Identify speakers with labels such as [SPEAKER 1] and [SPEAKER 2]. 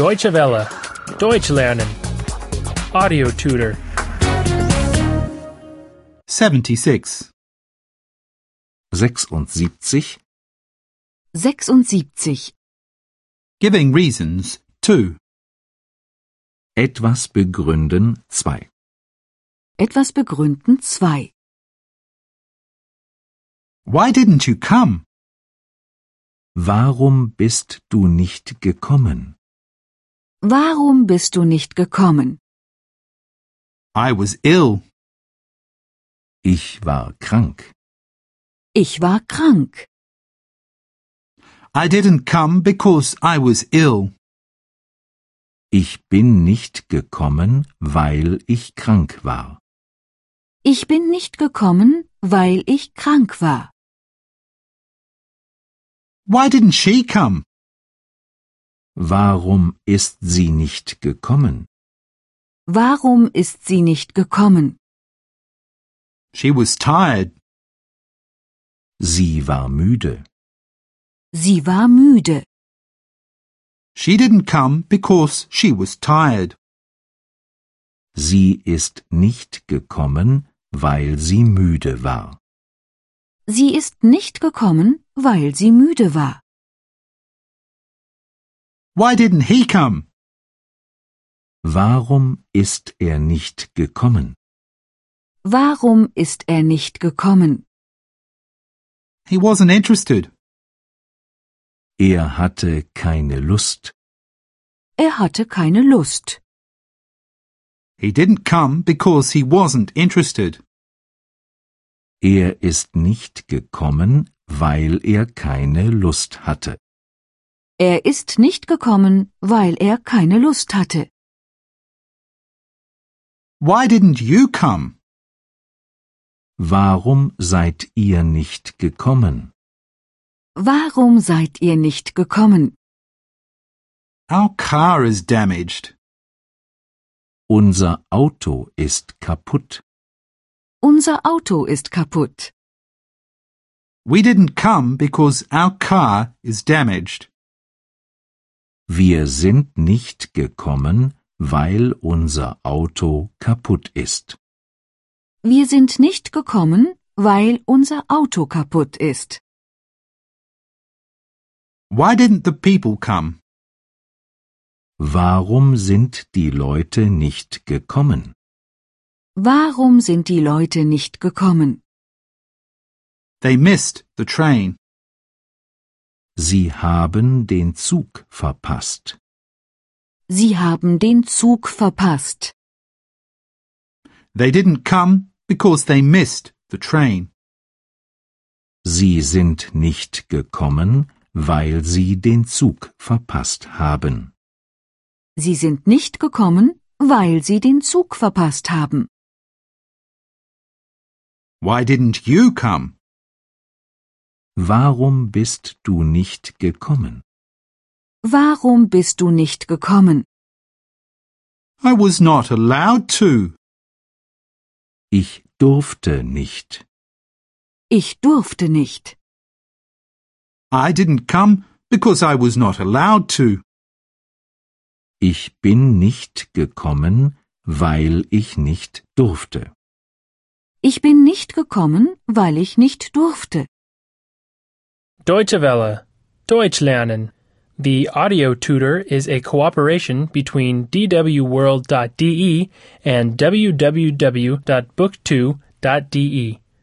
[SPEAKER 1] Deutsche Welle. Deutsch lernen. Audio tutor.
[SPEAKER 2] 76.
[SPEAKER 3] 76
[SPEAKER 4] 76.
[SPEAKER 2] Giving reasons 2.
[SPEAKER 3] etwas begründen 2.
[SPEAKER 4] Etwas begründen 2.
[SPEAKER 2] Why didn't you come?
[SPEAKER 3] Warum bist du nicht gekommen?
[SPEAKER 4] Warum bist du nicht gekommen?
[SPEAKER 2] I was ill.
[SPEAKER 3] Ich war krank.
[SPEAKER 4] Ich war krank.
[SPEAKER 2] I didn't come because I was ill.
[SPEAKER 3] Ich bin nicht gekommen, weil ich krank war.
[SPEAKER 4] Ich bin nicht gekommen, weil ich krank war.
[SPEAKER 2] Why didn't she come?
[SPEAKER 3] Warum ist sie nicht gekommen?
[SPEAKER 4] Warum ist sie nicht gekommen?
[SPEAKER 2] She was tired.
[SPEAKER 3] Sie war müde.
[SPEAKER 4] Sie war müde.
[SPEAKER 2] She didn't come because she was tired.
[SPEAKER 3] Sie ist nicht gekommen, weil sie müde war.
[SPEAKER 4] Sie ist nicht gekommen, weil sie müde war.
[SPEAKER 2] Why didn't he come?
[SPEAKER 3] Warum ist er nicht gekommen?
[SPEAKER 4] Warum ist er nicht gekommen?
[SPEAKER 2] He wasn't interested.
[SPEAKER 3] Er hatte keine Lust.
[SPEAKER 4] Er hatte keine Lust.
[SPEAKER 2] He didn't come because he wasn't interested.
[SPEAKER 3] Er ist nicht gekommen, weil er keine Lust hatte.
[SPEAKER 4] Er ist nicht gekommen, weil er keine Lust hatte.
[SPEAKER 2] Why didn't you come?
[SPEAKER 3] Warum seid ihr nicht gekommen?
[SPEAKER 4] Warum seid ihr nicht gekommen?
[SPEAKER 2] Our car is damaged.
[SPEAKER 3] Unser Auto ist kaputt.
[SPEAKER 4] Unser Auto ist kaputt.
[SPEAKER 2] We didn't come because our car is damaged.
[SPEAKER 3] Wir sind nicht gekommen, weil unser Auto kaputt ist.
[SPEAKER 4] Wir sind nicht gekommen, weil unser Auto kaputt ist.
[SPEAKER 2] Why didn't the people come?
[SPEAKER 3] Warum sind die Leute nicht gekommen?
[SPEAKER 4] Warum sind die Leute nicht gekommen?
[SPEAKER 2] They missed the train.
[SPEAKER 3] Sie haben den Zug verpasst.
[SPEAKER 4] Sie haben den Zug verpasst.
[SPEAKER 2] They didn't come because they missed the train.
[SPEAKER 3] Sie sind nicht gekommen, weil sie den Zug verpasst haben.
[SPEAKER 4] Sie sind nicht gekommen, weil sie den Zug verpasst haben.
[SPEAKER 2] Why didn't you come?
[SPEAKER 3] Warum bist du nicht gekommen?
[SPEAKER 4] Warum bist du nicht gekommen?
[SPEAKER 2] I was not allowed to.
[SPEAKER 3] Ich durfte nicht.
[SPEAKER 4] Ich durfte nicht.
[SPEAKER 2] I didn't come because I was not allowed to.
[SPEAKER 3] Ich bin nicht gekommen, weil ich nicht durfte.
[SPEAKER 4] Ich bin nicht gekommen, weil ich nicht durfte.
[SPEAKER 1] Deutsche Welle. Deutsch lernen. The audio tutor is a cooperation between E dwworld.de and www.book2.de.